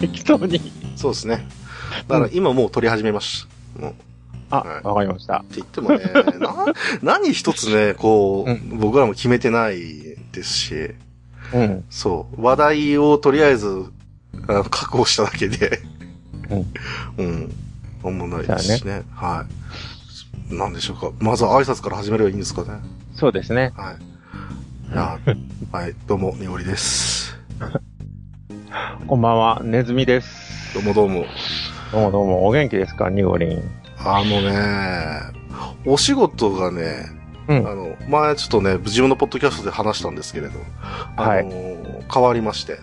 適当に。そうですね。だから今もう撮り始めました。もうあ、 はいわかりました。って言って もね、な、何一つね、こう、う僕らも決めてないですし、うん。そう、話題をとりあえず、あの確保しただけで、うん。おもないですしね。はい。なんでしょうか。まずは挨拶から始めればいいんですかね。そうですね。はい。い やはい、どうも、におりです。こんばんは、ネズミです。どうもどうも。どうもどうも、お元気ですか、ニゴリン。あのね、お仕事がね、うんあの、前ちょっとね、自分のポッドキャストで話したんですけれど、あの変わりまして、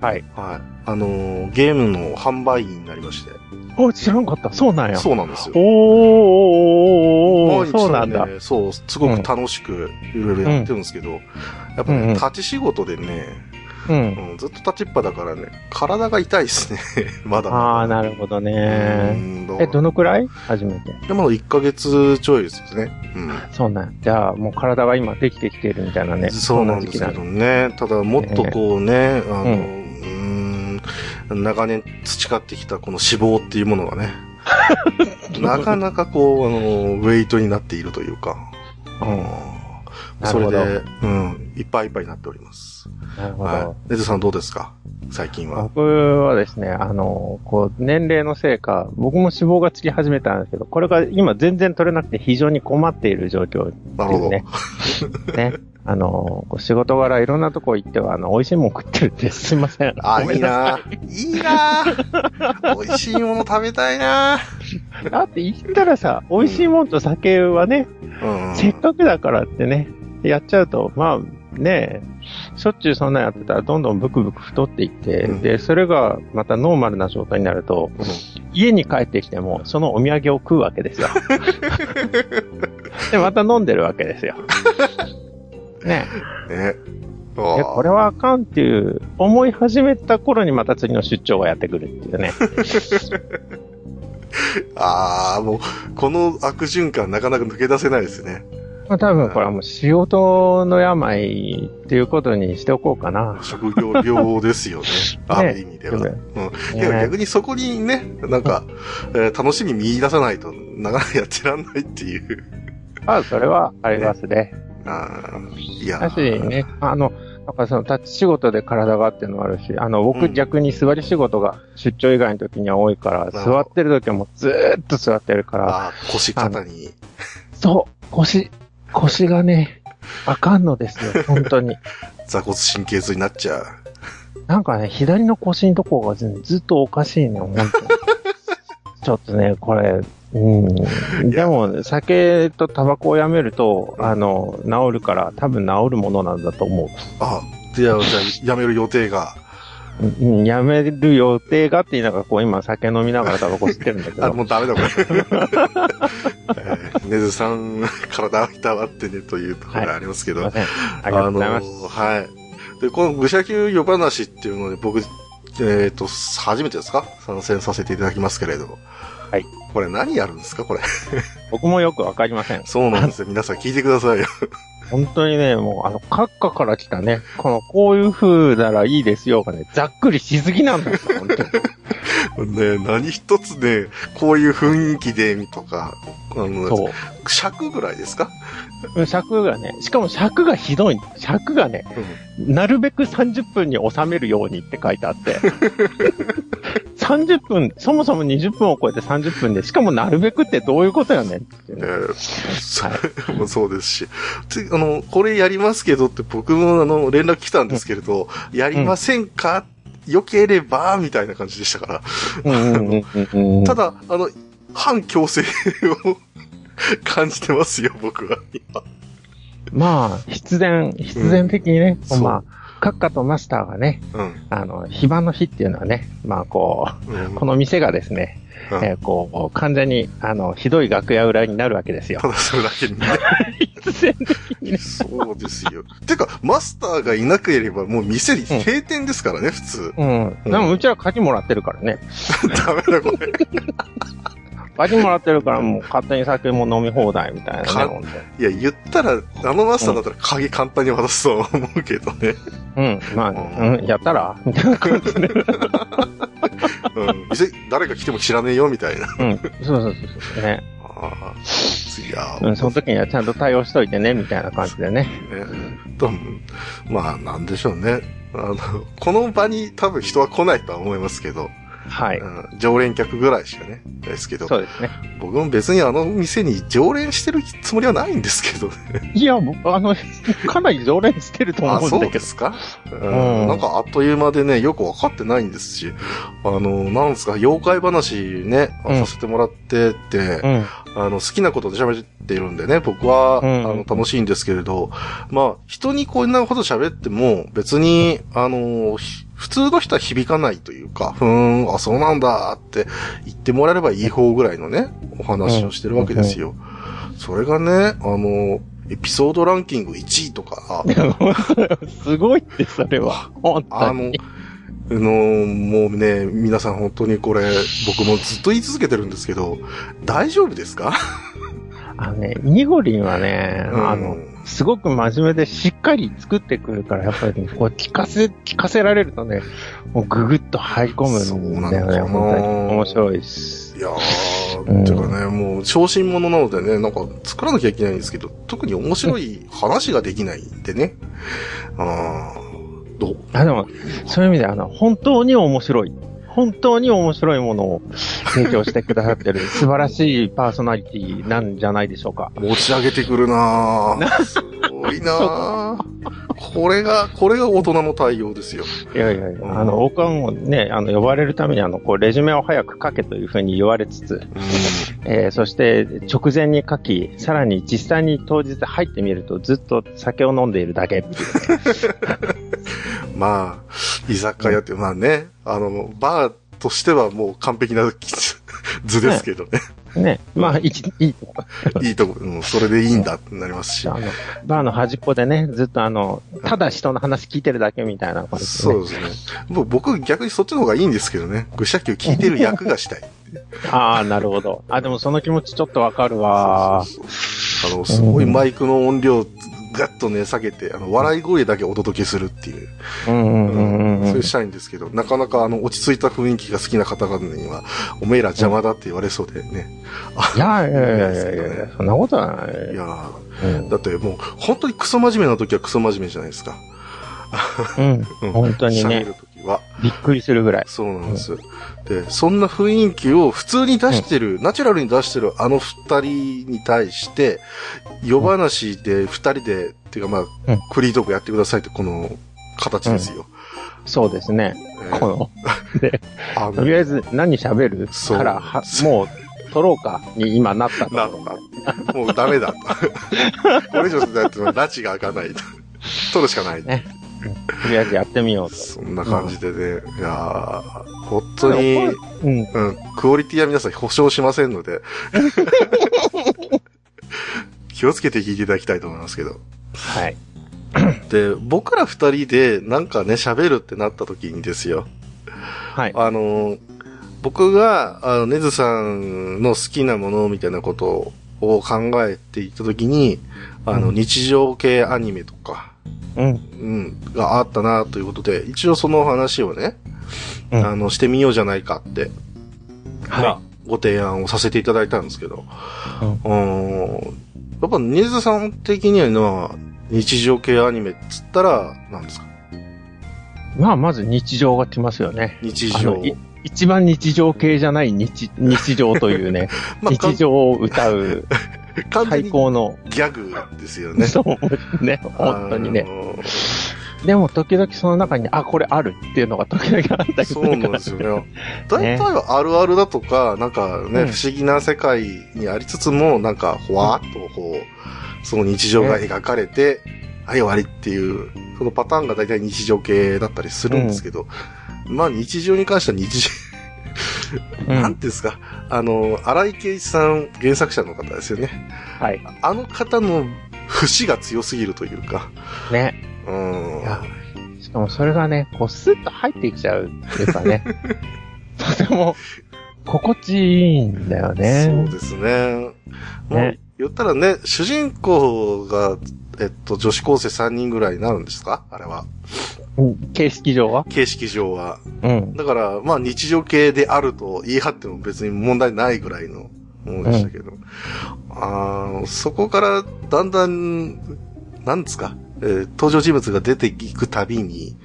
はい。はい。あのーゲームの販売員になりまして。お、知らんかった。そうなんや。そうなんですおーよ。おーおーおーおー毎日ねそうなんだ。。そう、すごく楽しくいろいろやってるんですけど、やっうぱんうんね、立ち仕事でね、うん。うんずっと立ちっぱだからね、体が痛いですね、 まだあまあ、だ。なるほどうね。んだかえ、らどのくらい初めて。でも1ヶ月ちょいですよね。うん。そうなんや。じゃあ、もう体が今できてきてるみたいなね。そうなんですけそど時ね。ただ、もっとこうね、あの、ううん、長年培ってきたこの脂肪っていうもの がね、期ななんでかなかこう、あの、ウェイトになっているというか、うん。なそるれほどで、うん、いっぱいいっぱいになっております。なるほどは。い。ネズさんどうですか最近は。僕はですね、あの、こう、年齢のせいか、僕も脂肪がつき始めたんですけど、これが今全然取れなくて非常に困っている状況でなるほすど。ね。 ね。あの、こう仕事柄いろんなとこ行っては、あの、美味しいもん食ってるって、すいません。あ、ごめいいんさ。ないいな美味しいもの食べたいないだって言ったらさ、美味しいもんと酒はね、うん。せっかくだからってね、やっちゃうと、まあ、ねえ、しょっちゅうそんなんやってたら、どんどんブクブク太っていって、うんで、それがまたノーマルな状態になると、うん家に帰ってきても、そのお土産を食うわけですよ。で、また飲んでるわけですよ。ねね。え、あでこれはあかんっていう、思い始めた頃にまた次の出張がやってくるっていうね。あー、もう、この悪循環なかなか抜け出せないですね。まあ多分これはもう仕事の病っていうことにしておこうかな。職業病ですよね。ある意味では。ねいや、ね逆にそこにね、なんか、えー楽しみ見出さないと、なかなかやってらんないっていう。あ、それはありますね。あーいや。だしね、あの、なんかその立ち仕事で体がっていうのもあるし、あの、う僕ん逆に座り仕事が出張以外の時には多いから、ほど座ってる時はもうずーっと座ってるから、あー腰肩に。そう、腰、腰がね、あかんのです よ、本当に。座骨神経痛になっちゃう。なんかね、左の腰のとこがずずっとおかしいね、本当 に。ちょっとね、これ、うん。いでやも、酒とタバコをやめると、あの、治るから、多分治るものなんだと思う。あ、じゃあ、じゃあやめる予定が。うんやめる予定がって言いながら、こう今酒飲みながらタバコ吸ってるんだけ あ、ど。もうダメだ、これ。えーねずさん、体がいたわってね、というところがありますけすいど。ません。ありがとうございます。。あのーはい。で、このぐしゃきゅう夜話っていうので、僕、えっ、と、初めてですか参戦させていただきますけれど。はいこれ何やるんですかこれ。僕もよくわかりません。そうなんですよ。皆さん聞いてくださいよ。 本当にね、もう、あの、閣下から来たね、この、こういう風ならいいですよがね、ざっくりしすぎなんだよ、本当に。ね何一つね、こういう雰囲気で、とか、あの、そ尺ぐらいですかう。尺がね、しかも尺がひどい。尺がね、なるべく30分に収めるようにって書いてあって。30分、そもそも20分を超えて30分で、しかもなるべくってどういうことやねんっていうえね。ーそれも そうですし、つあの、これやりますけどって僕もあの、連絡来たんですけれど、やりませんか、良ければ、みたいな感じでしたから。うんうんうんうんうんただ、あの、反強制を感じてますよ、 僕は。まあ、必然、必然的にね、うんまあ、閣下とマスターがね、うん。あの、非番の日っていうのはね、まあこうんう、この店がですね、うんえーこう、完全に、あの、ひどい楽屋裏になるわけですよた。だそれだけにね。 必然的にね。そうですよ。てか、マスターがいなければもう店に閉店ですからね、普通。うん。でも、うちは鍵もらってるからね。ダメだ、これ。鍵もらってるから、もう勝手に酒も飲み放題みたいなねかほんと。いや、言ったら、あのマスターだったら鍵簡単に渡すとは思うけどね。 うん。まあ、ううん、やったらみたいな感じで。 うん。店、誰が来ても知らねえよ、みたいな。うん。そうそうそうそう。ね。ああ。いやうん、その時にはちゃんと対応しといてね、みたいな感じでね。ね、多分、まあなんでしょうね。あの、この場に多分人は来ないとは思いますけど、はい。うん、常連客ぐらいしかね、ないですけど、そうですね。僕も別にあの店に常連してるつもりはないんですけどね。いや、僕、あの、かなり常連してるとあ、 思うんそだうけでど。すか、ううんん、なんかあっという間でね、よくわかってないんですし、あの、なんですか、妖怪話ね、うんさせてもらってて、うん。あの、好きなことで喋っているんでね、僕は、うんあの、楽しいんですけれど、まあ、人にこんなこと喋っても、別に、あの、ひ普通の人は響かないというか、ふーん、あ、そうなんだって言ってもらえればいい方ぐらいのね、お話をしてるわけですよ。それがね、あの、エピソードランキング1位とか、すごいって、それは。本あ当のに。、あの、もうね、皆さん本当にこれ、僕もずっと言い続けてるんですけど、大丈夫ですかあのね、ニゴリンはね、あうの、んすごく真面目でしっかり作ってくるから、やっぱ りね、こう聞かせ、聞かせられるとね、もうぐぐっと入り込むんだよね、そうなの本かな当に。面白いです。いやうんー、てかね、もう、昇進者なのでね、なんか作らなきゃいけないんですけど、特に面白い話ができないんでね。あー、どうあ、でも、そういう意味で、あの、本当に面白い。本当に面白いものを提供してくださってる素晴らしいパーソナリティなんじゃないでしょうか。持ち上げてくるなー。すごいなー。これが、これが大人の対応ですよ。いやいやいや、あの、僕はもうね、あの、呼ばれるために、あの、こう、レジュメを早く書けというふうに言われつつ、うえーそして、直前に書き、さらに実際に当日入ってみると、ずっと酒を飲んでいるだけっていん。まあ、居酒屋って、まあね、あの、バーとしてはもう完璧な図ですけどね。う。ね。まあ、いい、いいとこ。 いいとこ、うん、それでいいんだってなりますしあ。の、バーの端っこでね、ずっとあの、ただ人の話聞いてるだけみたいな感じで、ね。そうですね。もう僕逆にそっちの方がいいんですけどね。愚者級聞いてる役がしたい。 ああ、なるほど。あ、でもその気持ちちょっとわかるわ。そうそうそうあの、すごいマイクの音量ガッとね、下げて、あの、笑い声だけお届けするっていう。うんうんうんうんそうれん。したいんですけど、なかなかあの、落ち着いた雰囲気が好きな方々には、おめえら邪魔だって言われそうでね。いやいやいやいやいや、そんなことはないい。やーうんだってもう、本当にクソ真面目な時はクソ真面目じゃないですか。うん。うん本当にね喋る時は。びっくりするぐらい。そうなんです。で、そんな雰囲気を普通に出してる、ナチュラルに出してるあの二人に対して、夜話で二人で、っていうかまあ、うんフリートークやってくださいってこの形ですよ。そうですね。えーこの、あとの、りあえず何喋るそうから、はもう、取ろうかに今な ったなの。んだ。もうダメだ。これ以上だって、拉致が開かない。取るしかない。とりあえずやってみようと。そんな感じでね、いやー本当に、うん。うん、クオリティは皆さん保証しません ので、気をつけて聞いていただきたいと思いますけど。はい。で、僕ら二人でなんかね、喋るってなった時にですよ。はい。あのー、僕が、あの、ネズさんの好きなものみたいなことを考えていった時に、あの、うん日常系アニメとか、うん。うん、があったなということで、一応その話をね、うんあの、してみようじゃないかって、はご提案をさせていただいたんですけど、うーん、やっぱネズさん的には、日常系アニメっつったら、なんですかい。まあ、まず日常が来ますよね。日あ常の。い一番日常系じゃない日、日常というね、 まあ日常を歌う完全最に高のギャグですよね。そうね、 本当にあね。のー。でも時々その中に、あ、これあるっていうのが時々あったりすそるうから、なんです よね。大体はあるあるだとか、なんかね、うん不思議な世界にありつつも、なんか、ほわーっとこう、その日常が描かれて、はい、終わりっていう、そのパターンが大体日常系だったりするんですけど、まあ日常に関しては日常、うなんん。ていうんですか、あの、荒井圭一さん原作者の方ですよね。はい。あの方の節が強すぎるというか、ね。うんい。やしかもそれがね、こうスッと入ってきちゃうっていうか ね。とても、心地いいんだよそうね。ですね。もうね言ったらね、主人公が、えっと、女子高生3人ぐらいになるんですかあれは。形式上は形式上は。うん。だから、まあ日常系であると言い張っても別に問題ないぐらいのものでしたけど、あーそこからだんだん、なんですか、えー登場人物が出ていくたびに、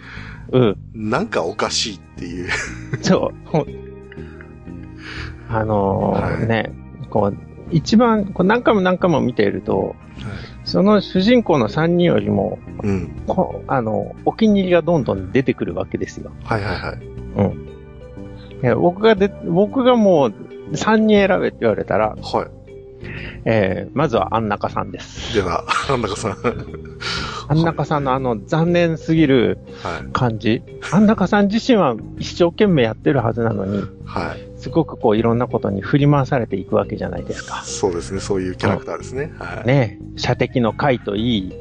うん。なんかおかしいっていう。そう。ほんあのーはいね、こう、一番、こう何回も何回も見ていると、その主人公の3人よりも、うん。こあの、お気に入りがどんどん出てくるわけですよ。はいはいはい。いや僕がで、僕がもう、3人選べって言われたら、はえー、まずは安中さんです。い。では、 なんだかさん。は安中さんのあの、残念すぎるい。感じ。安中さん自身は一生懸命やってるはずなのに、はい。すごくこう、いろんなことに振り回されていくわけじゃないですか。そうですね。そういうキャラクターですね。はい。ねえ、射的の回とい い、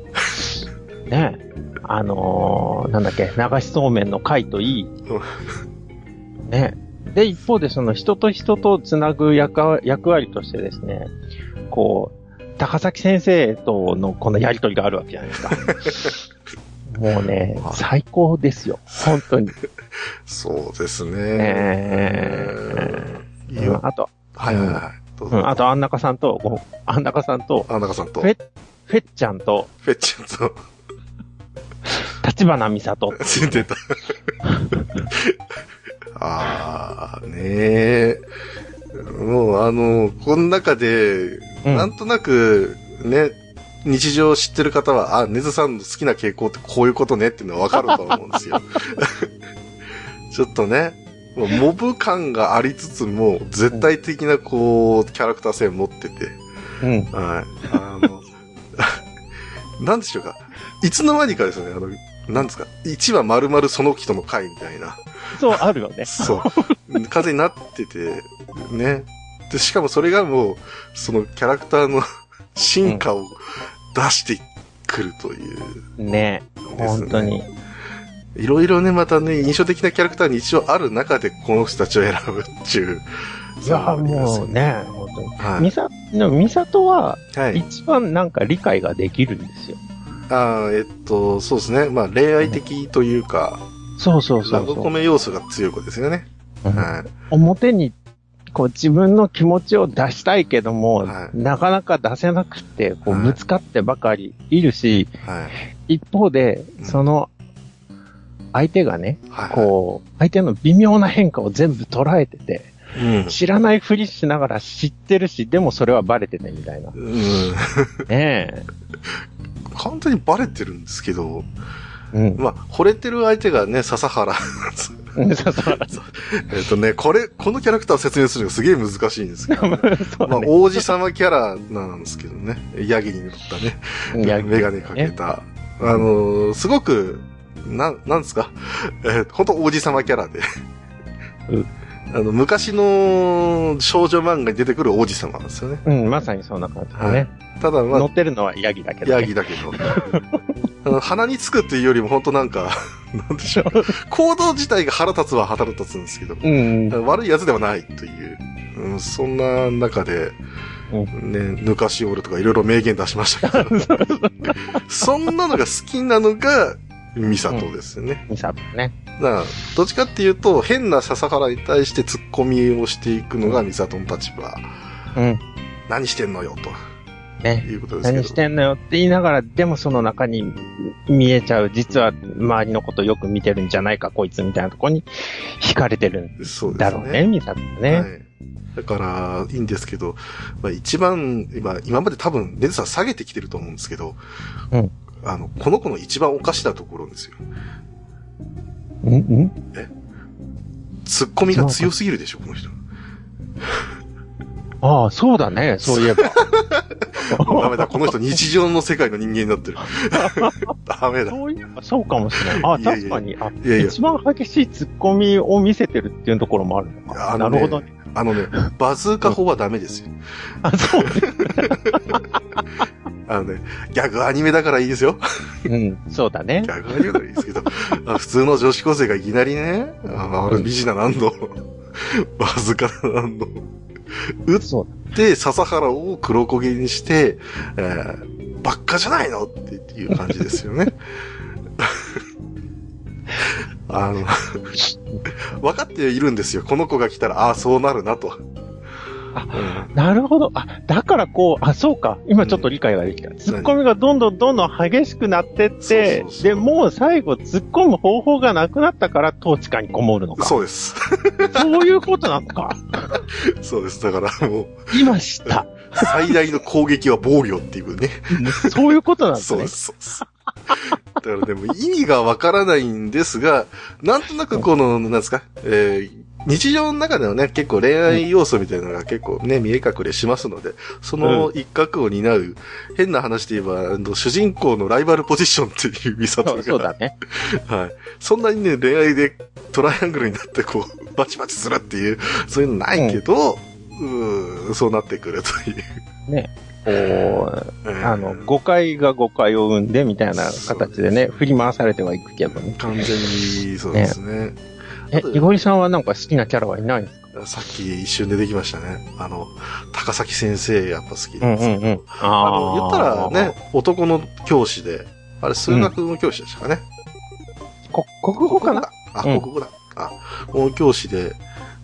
ねえ、あのーなんだっけ、流しそうめんの回といい、ねえ。で、一方でその人と人とつなぐ役わ役割としてですね、こう、高崎先生とのこのやりとりがあるわけじゃない ですか。もうね、最高ですよ。本当に。そうですね。えいいようんあと、はいはいはい。どううぞ。ん、あと、安中さんと、ご安中さんと、あ、中さんと、フフェェフェッちゃんと、ッチャンと、立花美里。つい てた。あー、ねえ。もうあの、この中で、うんなんとなく、ね、日常知ってる方は、あ、ネズさんの好きな傾向ってこういうことねっていうのはわかると思うんですよ。ちょっとね、もうモブ感がありつつも、絶対的なこう、キャラクター性持ってて、うん。はい。あの、 なんでしょうか。いつの間にかですね、あの、なんですか。一話丸々その人の回みたいな。そう、あるよね。そう。風になってて、ね。で、しかもそれがもう、そのキャラクターの 進化を出してくるという、ねですね本当に。いろいろね、またね、印象的なキャラクターに一応ある中でこの人たちを選ぶっていう。いや、そうなんですもよう。ね、本当に。は。みさ、でもみさとはいはい。一番なんか理解ができるんですよ。あーえっと、そうですね。まあ、恋愛的というか、そうそうそラうブそコう。メ要素が強い子ですよね。うんは表に、こう自分の気持ちを出したいけどもは、いなかなか出せなくて、こうはいぶつかってばかりいるし、い。はい。一方でう、んその、相手がね、はい。こう、相手の微妙な変化を全部捉えてて、う。うん。知らないふりしながら知ってるし、でもそれはバレてね、みたいな。うん。ねえ。完全にバレてるんですけど、うん。まあ、惚れてる相手がね、笹原。 そうそう。えっとね、これ、このキャラクターを説明するのがすげえ難しいんですけど、そうまだあ、ね。王子様キャラなんですけどね、ヤギに乗ったね、いやメガネかけた、あのーすごく、な、なんですか、 えー、ほんと王子様キャラでうん。あの、昔の少女漫画に出てくる王子様なんですよね。うん、まさにそんな感じだはねい。ただ、まあ乗、ってるのはヤギだけど、ヤね。ギだけど。あの鼻につくっていうよりも本当なんか、 なんでしょう。行動自体が腹立つは腹立つんですけど、うん。うん悪いやつではないという、うん、そんな中で、うね、ぬかしおるとかいろいろ名言出しましたけど、 そんなのが好きなのが、ミサトですよね。ミサトね。だから、どっちかっていうと、変な笹原に対して突っ込みをしていくのがミサトの立場。うん。何してんのよ、とね。いうことですけど。何してんのよって言いながら、でもその中に見えちゃう、実は周りのことよく見てるんじゃないか、こいつみたいなとこに惹かれてるんそうでだすろうね。ね、ミサトはね。い。だから、いいんですけど、まあ、一番、今、今まで多分、ネズさん下げてきてると思うんですけど、うんあの、この子の一番おかしなところですよ。うんうんツッコミが強すぎるでしょ、こ の人。ああ、そうだね、そういえば。 もうダメだ、この人日常の世界の人間になってる。 ダメだ。そういえば、そうかもしれない。あ、いやい確やかに。あ、いやいや一番激しい突っ込みを見せてるっていうところもあるのかあなのるほねどね。あのね、バズーカ法はダメですよ。あ、そう。 あのね、ギャグアニメだからいいですよ。うん、そうだねギ。ャグアニメならいいですけど、あ普通の女子高生がいきなりね、ああれ美人な何度、 バズーカ何度、打っそうで、笹原を黒焦げにして、えー、ばっかじゃないのっていう感じですよね。 あの、分かっているんですよ。この子が来たら、ああ、そうなるなと。あ、なるほど。あ、だからこう、あ、そうか。今ちょっと理解ができた。突っ込みがどんどんどんどん激しくなってっそうてそう、そうで、もう最後突っ込む方法がなくなったから、統治下にこもるのか。そうです。 そういうことなのか。そうです。だから、もう、今知った。最大の攻撃は防御っていうね。もうそういうことなんですそうねで。す、そうです。だからでも意味がわからないんですが、なんとなくこの、なんですか、えー日常の中ではね、結構恋愛要素みたいなのが結構ね、見え隠れしますので、その一角を担う、変な話で言えば、あの主人公のライバルポジションっていう美里そが、うそうだね。はい。そんなにね、恋愛でトライアングルになってこう、バチバチするっていう、そういうのないけど、うーん、そうなってくるという。こう、あの、誤解が誤解を生んでみたいな形でね、振り回されてはいくけどね。完全に、そうですね。えあと、いごりさんはなんか好きなキャラはいないんですかさっき一瞬出てきましたね。あの、高崎先生やっぱ好きでうす。ん。ああの、言ったらね、、男の教師で、あれ、数学の教師でしたかね。こ国語かなあ、うん国語だ。あ、この教師で、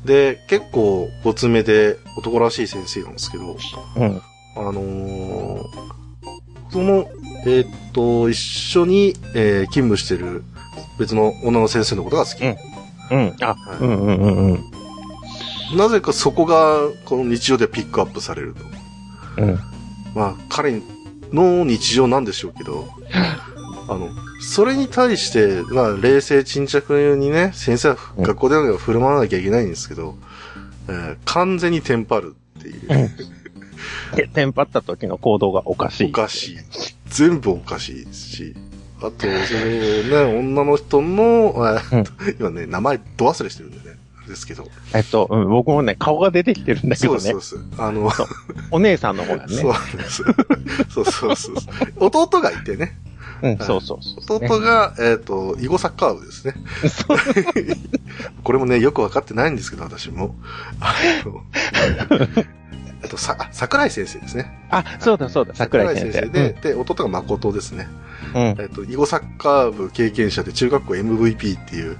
で、結構、ごつめで男らしい先生なんですけど、うん。あのーその、えーっと、一緒に、えー勤務してる別の女の先生のことが好き。うんうん。あ、はいうんうんうんうん。なぜかそこが、この日常でピックアップされると。うん。まあ、彼の日常なんでしょうけ ど、あの、それに対して、まあ、冷静沈着にね、先生はうん学校では振る舞わなきゃいけないんですけど、えー完全にテンパるっていうう。で、テンパった時の行動がおかしい。おかしい。全部おかしいですし、あと、そのね、女の人の、あうん今ね、名前ど忘れしてるんでね、あれですけど。えっと、うん、僕もね、顔が出てきてるんだけそうどです、ねそ。うです。あの、お姉さんの方がね。そうなんです。そうそうそうそう。弟がいてね。うん、そうそうそう。ね弟が、えっ、と、囲碁サッカー部ですね。そうこれもね、よくわかってないんですけど、私も。あ のあと、さ、あ桜井先生ですね。あ、そうだそうだ、桜井先生。で、で、弟が誠ですね。うんうんえっと、囲碁サッカー部経験者で中学校 MVP っていう、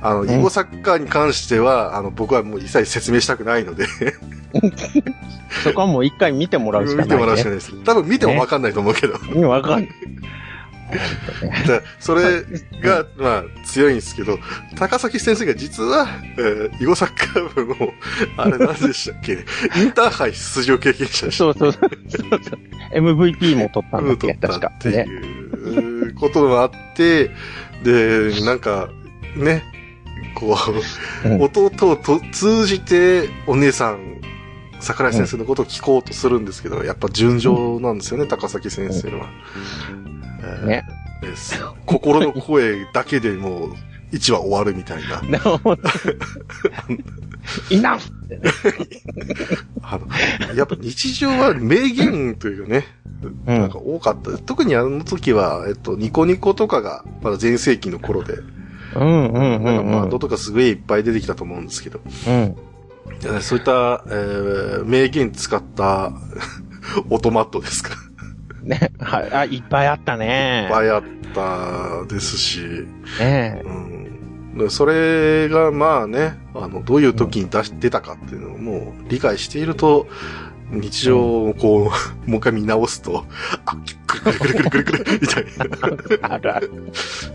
あの、囲碁サッカーに関しては、あの、僕はもう一切説明したくないので、そこはもう一回見てもらうしかない、ね。見てもらうしかないです。多分見てもわかんないと思うけ ど。うんわかんない。でそれが、まあ、強いんですけど、高崎先生が実は、えー囲碁サッカー部の、あれ何でしたっけ、インターハイ出場経験者でしたそうそう そうそうそう。MVP も取ったんだっ取け、った確かっ。てね。いうこともあって、で、なんか、ね、こう、うん弟をと通じてお姉さん、桜井先生のことを聞こうとするんですけど、やっぱ順調なんですよね、高崎先生は。えーねです心の声だけでもう、1話終わるみたいな。なるほど。 いなってね。あのやっぱ日常は名言というかね、うなんんか。多かった。特にあの時は、えっと、ニコニコとかが、まだ全盛期の頃で、うんうんうなんかまんあ、うんど。とかすごいいっぱい出てきたと思うんですけど、うん。えーそういった、えー名言使った オトマットですか。ね。はい。あ、いっぱいあったいね。っぱいあったですし、ねうん。でそれがまあね、あの、どういう時に出し、出たかっていうのをもう理解していると、日常をこう、もう一回見直すと、あ、くるくるくるくるくるくる、みたいな、あるある。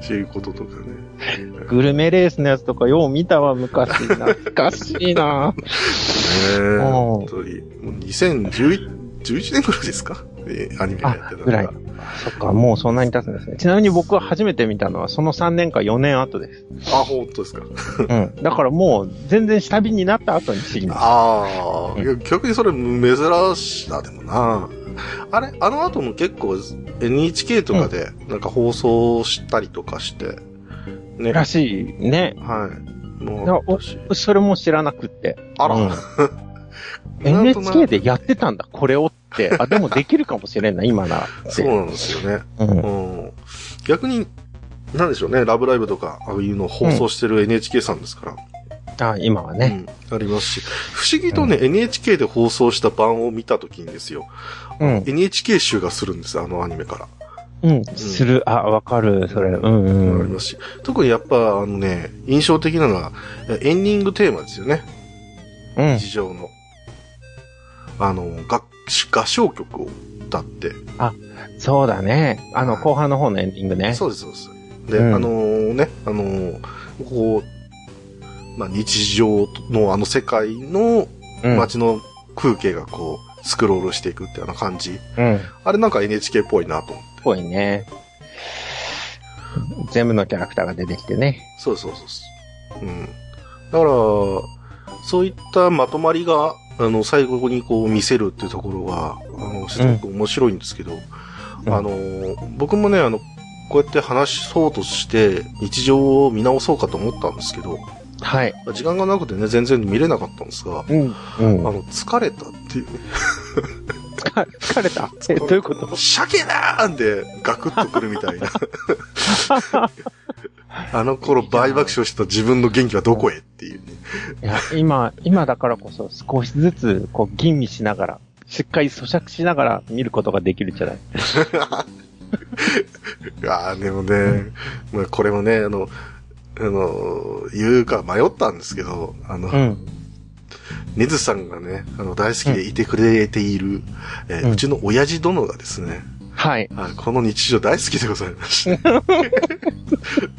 そういうこととかね。グルメレースのやつとかよう見たわ、昔。懐かしいな。ねえ、ん本当に。もう2011 11年ぐらいですかえーアニメやってたのがあぐらい そっか、もうそんなに経つんですね。ちなみに僕は初めて見たのは、その3年か4年後です。あ、本当ですか。うん。だからもう、全然下火になった後に知りましああ、う逆にそれ珍しい。あ、でもな。あれ、あの後も結構 NHK とかでなんか放送したりとかして。ね。た。らしいね。はい。もうだお私、それも知らなくって。あ ら、うんなんとなく NHK でやってたんだ、これをって。あ、でもできるかもしれんな、今ならって。そうなんですよね。うん。うん。逆に、なんでしょうね、ラブライブとか、ああいうのを放送してる NHK さんですから。あ、今はね。うん、ありますし、不思議とね、NHK で放送した版を見たときにですよ、うん。 NHK 集がするんです、あのアニメから。うん、する。あ、わかる、それ。うんうありん。ますし。特にやっぱ、あのね、印象的なのは、エンディングテーマですよね。うん。日常の。あの、合合唱曲を歌って。そうだね。あの、はい後半の方のエンディングね。そうです、そうです。で、うんあのね、あのこう、まあ、日常のあの世界のうん。街の風景がこう、スクロールしていくってあの感じ。うん。あれなんか NHK っぽいなと思って。ぽいね。全部のキャラクターが出てきてね。そうそうそうそう。うん。だから、そういったまとまりが、あの、最後にこう見せるっていうところが、あの、すごく面白いんですけど、うんあの、僕もね、あの、こうやって話そうとして、日常を見直そうかと思ったんですけど、はい。時間がなくてね、全然見れなかったんですが、うん。あうん。の、疲れたっていうね。疲疲れた。 え、どういうこと鮭だーんで、ガクッとくるみた いな。あの頃、大爆笑した自分の元気はどこへっていうね。いや、今、今だからこそ少しずつ、こう、吟味しながら、しっかり咀嚼しながら見ることができるじゃない。いやーでもね、まあこれもね、あの、あの、言うか迷ったんですけど、あの、うん。ネズさんがね、あの、大好きでいてくれている、えーうんうちの親父殿がですね、はい。はいこの日常大好きでござい まして。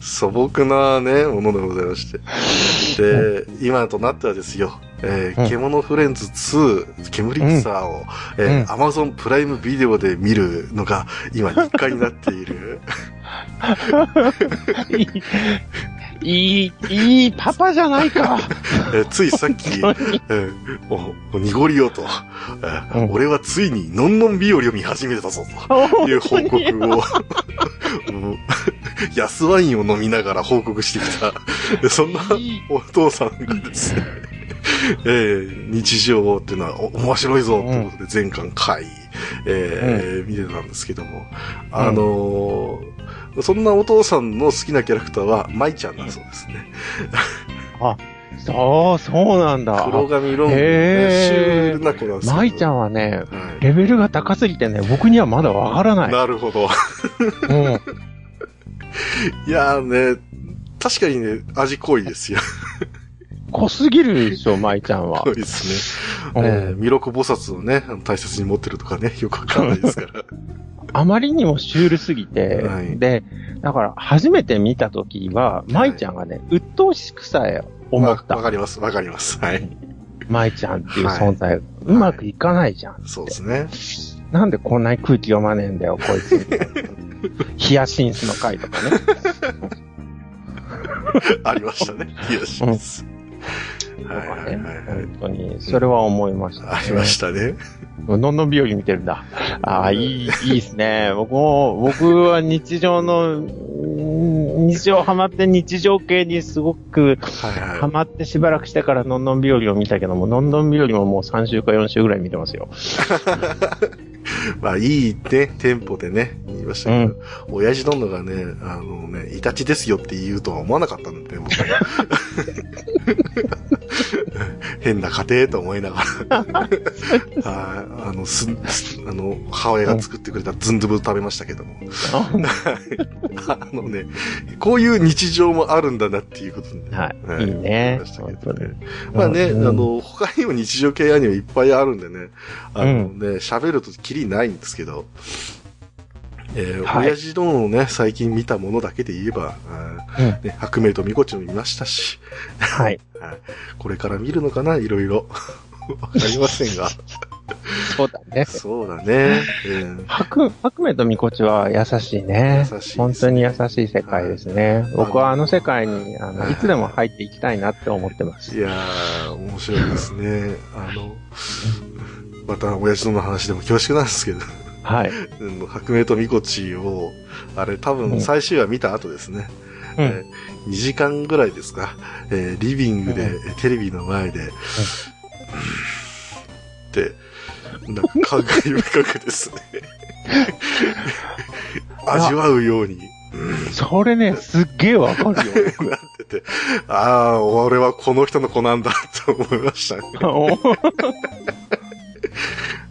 素朴なね、ものでございまして。で、今となってはですよ、えーうん獣フレンズ2、煙草を、えうんー、Amazon プライムビデオで見るのが今日課になっている。いい、いいいパパじゃないか。えーついさっき、えーおお濁りよと、えーうん俺はついにのんのん日和を見始めたぞという報告を、うん安ワインを飲みながら報告してきた、でそんないいお父さんがですね、えー日常っていうのはお面白いぞということで前回回、えー見てたんですけども、あのーそんなお父さんの好きなキャラクターは、舞ちゃんだそうですね。そう、そうなんだ。黒髪ロング、ね、シューへールな子なんですけど舞ちゃんはね、はいレベルが高すぎてね、僕にはまだわからない。なるほど。うん。いやーね、確かにね、味濃いですよ。濃すぎるでし ょ、舞ちゃんは濃。いですうね。えーん、弥勒菩薩をね、あの大切に持ってるとかね、よくわかんないですから。あまりにもシュールすぎて、はいで、だから初めて見た時は、舞ちゃんがね、鬱陶しくさえ 思っわわた。かります、わかります。はい。舞ちゃんっていう存在、うまくいかないじゃん。そうですね。なんでこんなに空気読まねえんだよ、こい つ。ヒアシンスの回とかね。ありましたね。よし。うんはいはいはいはい。本当に、それは思いました、ありましたね。た。のんのん日和見てるんだ。ああ、いい、いいですね。僕も、僕は日常の、うん日常ハマって日常系にすごくはいハはマってしばらくしてからのんのん日和を見たけども、のんのん日和ももう3週か4週ぐらい見てますよ。い。まあ、いいね、テンポでね、言いましたけど、親父どんどがね、あのね、イタチですよって言うとは思わなかったんで、僕は 変な家庭と思いなが ら。はい。あの、す、すあの、母親が作ってくれたズンドゥブ食べましたけども。あのね、こういう日常もあるんだなっていうことで、はい。いいね思まし。たけ本ど当ねに。まあね、うんあの、他にも日常系アニメいっぱいあるんでね、あのうね、喋、るときりないんですけど、えーはい親父のをね、最近見たものだけで言えば、あーね、白明とみこちも見ましたし、はい。これから見るのかないろいろ。 わかりませんが。そうだね。そうだね。えー白、白明とみこちは優しいね。優しいですね本当に優しい世界ですね。僕はあの世界に、あはの、いいつでも入っていきたいなって思ってます。いやー、面白いですね。あの、また親父の話でも恐縮なんですけど、はい。うん白明とみこちを、あれ多う分ん最終話見た後ですね。うん。 2時間ぐらいですか、えーリビングで、うテレビの前で、って、なんか感慨深くです ね。味わうように、それね、すっげえわかるよ。なってて、ああ、俺はこの人の子なんだと思いましたね。お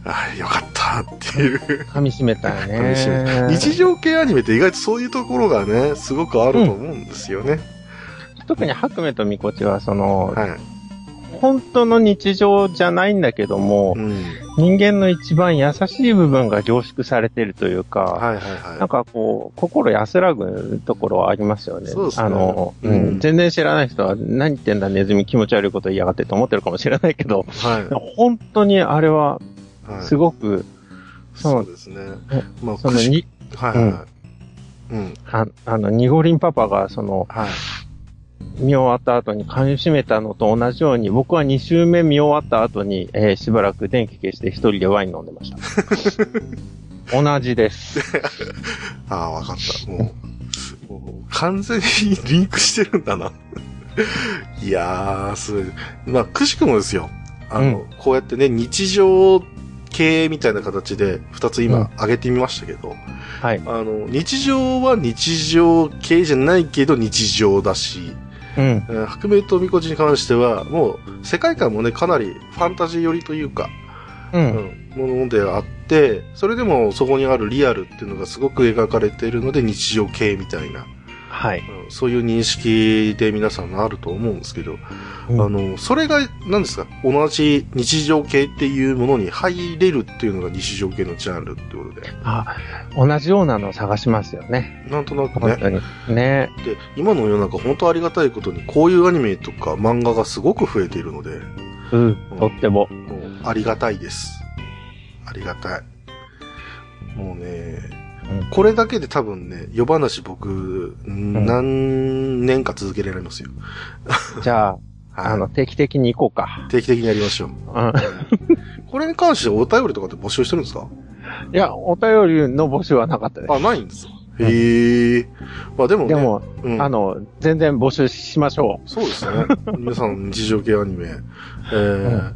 あよかったっていう。 噛み締めたよね。噛み締めた日常系アニメって意外とそういうところがね、すごくあると思うんですよね。特に白目とみこちは、その、はい。本当の日常じゃないんだけどもう、ん。人間の一番優しい部分が凝縮されてるというか、はいはいなはんかこう、心安らぐところはありますよね。そうですねあの、うんうん全然知らない人は、何言ってんだネズミ気持ち悪いこと言いやがってと思ってるかもしれないけど、い。は本当にあれは、い。はい。すごく、そうですね。まあ、そのくしに、はいはいはい。うん。ああの、ニゴリンパパが、その、はい。見終わった後に噛み締めたのと同じように、僕は2周目見終わった後に、えーしばらく電気消して一人でワイン飲んでました。 同じです。ああ、わかった。もう、もう完全にリンクしてるんだな。 いやー、すごい。まあ、くしくもですよ。あの、こうやってね、日常系みたいな形で、二つう今ん、上げてみましたけど、はい。あの、日常は日常系じゃないけど日常だし、うん。えー白明とみこちに関しては、もう、世界観もね、かなりファンタジー寄りというか、う。うんん、ものであって、それでもそこにあるリアルっていうのがすごく描かれているので日常系みたいな、はい。うんそういう認識で皆さんがあると思うんですけど、あの、それが、何ですか、同じ日常系っていうものに入れるっていうのが日常系のジャンルってことで、あ、同じようなのを探しますよね。なんとなく本ね、当に。ね。で、今の世の中本当ありがたいことにこういうアニメとか漫画がすごく増えているので、うん。とっても。もうありがたいです。ありがたい。もうね、うんこれだけで多分ね、夜話僕、何年か続けられますよ。じゃあ、はい、あの、定期的に行こうか。定期的にやり ましょう。うん。これに関してお便りとかって募集してるんですかいや、お便りの募集はなかったです。あ、ないんですよ。うんへえ。まあでもでね、も、うんあの、全然募集しましょそうですね。 皆さん、日常系アニメ。えー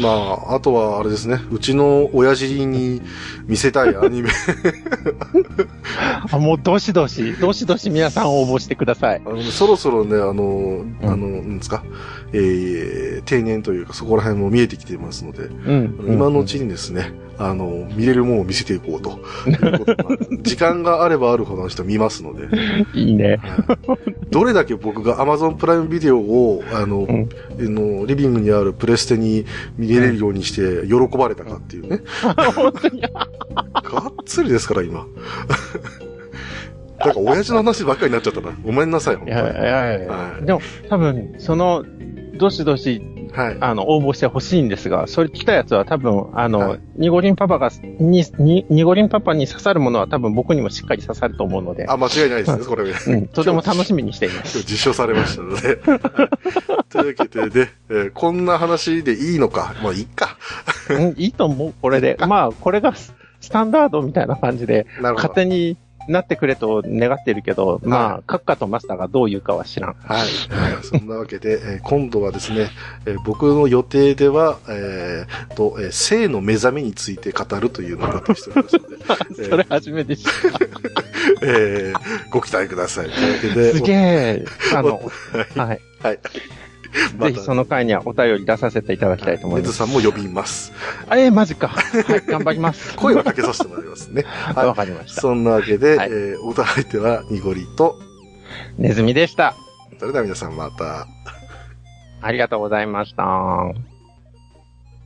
まあ、あとは、あれですね。うちの親父に見せたいア ニメ。う。あもう、どしどし、どしどし皆さん応募してください。あのそろそろね、あの、んあの、なんですか、えー、定年というか、そこら辺も見えてきてますので、うん。今のうちにですね、あの、見れるものを見せていこう と。いうことが時間があればあるほどの人見ますので、いいね。はいどれだけ僕が Amazon プライムビデオを、あんの、あのリビングにあるプレステに見れるようにして喜ばれたかっていうね。本当に。がっつりですか ら、今。なんか、親父の話ばっかりになっちゃったな。ごめんなさい、本い当に。やいやいはやいでも、多分、その、どしどし、はい。あの、応募してほしいんですが、それ来たやつは多分、あの、はいニゴリンパパが、に、に、ニゴリンパパに刺さるものは多分僕にもしっかり刺さると思うので、あ、間違いないですね、これ。うん、とても楽しみにしていま今日す。実証されましたの で。はいというわけで、ねえーこんな話でいいのか。まあ、いいか。うん、いいと思う、これで。まあ、これがススタンダードみたいな感じで、なるほ勝ど。手になってくれと願ってるけど、まはあ、カッカとマスターがどう言うかは知らん。はい。えーそんなわけで、えー今度はですね、えー僕の予定では、えーと、えー性の目覚めについて語るというのを予定しておりますの で、それ初めて知った。えーご期待ください。というわけですげ え。あの、はい。はい。 ぜひその回にはお便り出させていただきたいと思いまネズす。さんも呼びます。あれ、マジか。はい、頑張ります。 声をかけさせてもらいま すね。わかりました。そんなわけで、はいえーお互い手はニゴリと、ネズミでした。それでは皆さんまた。ありがとうございました。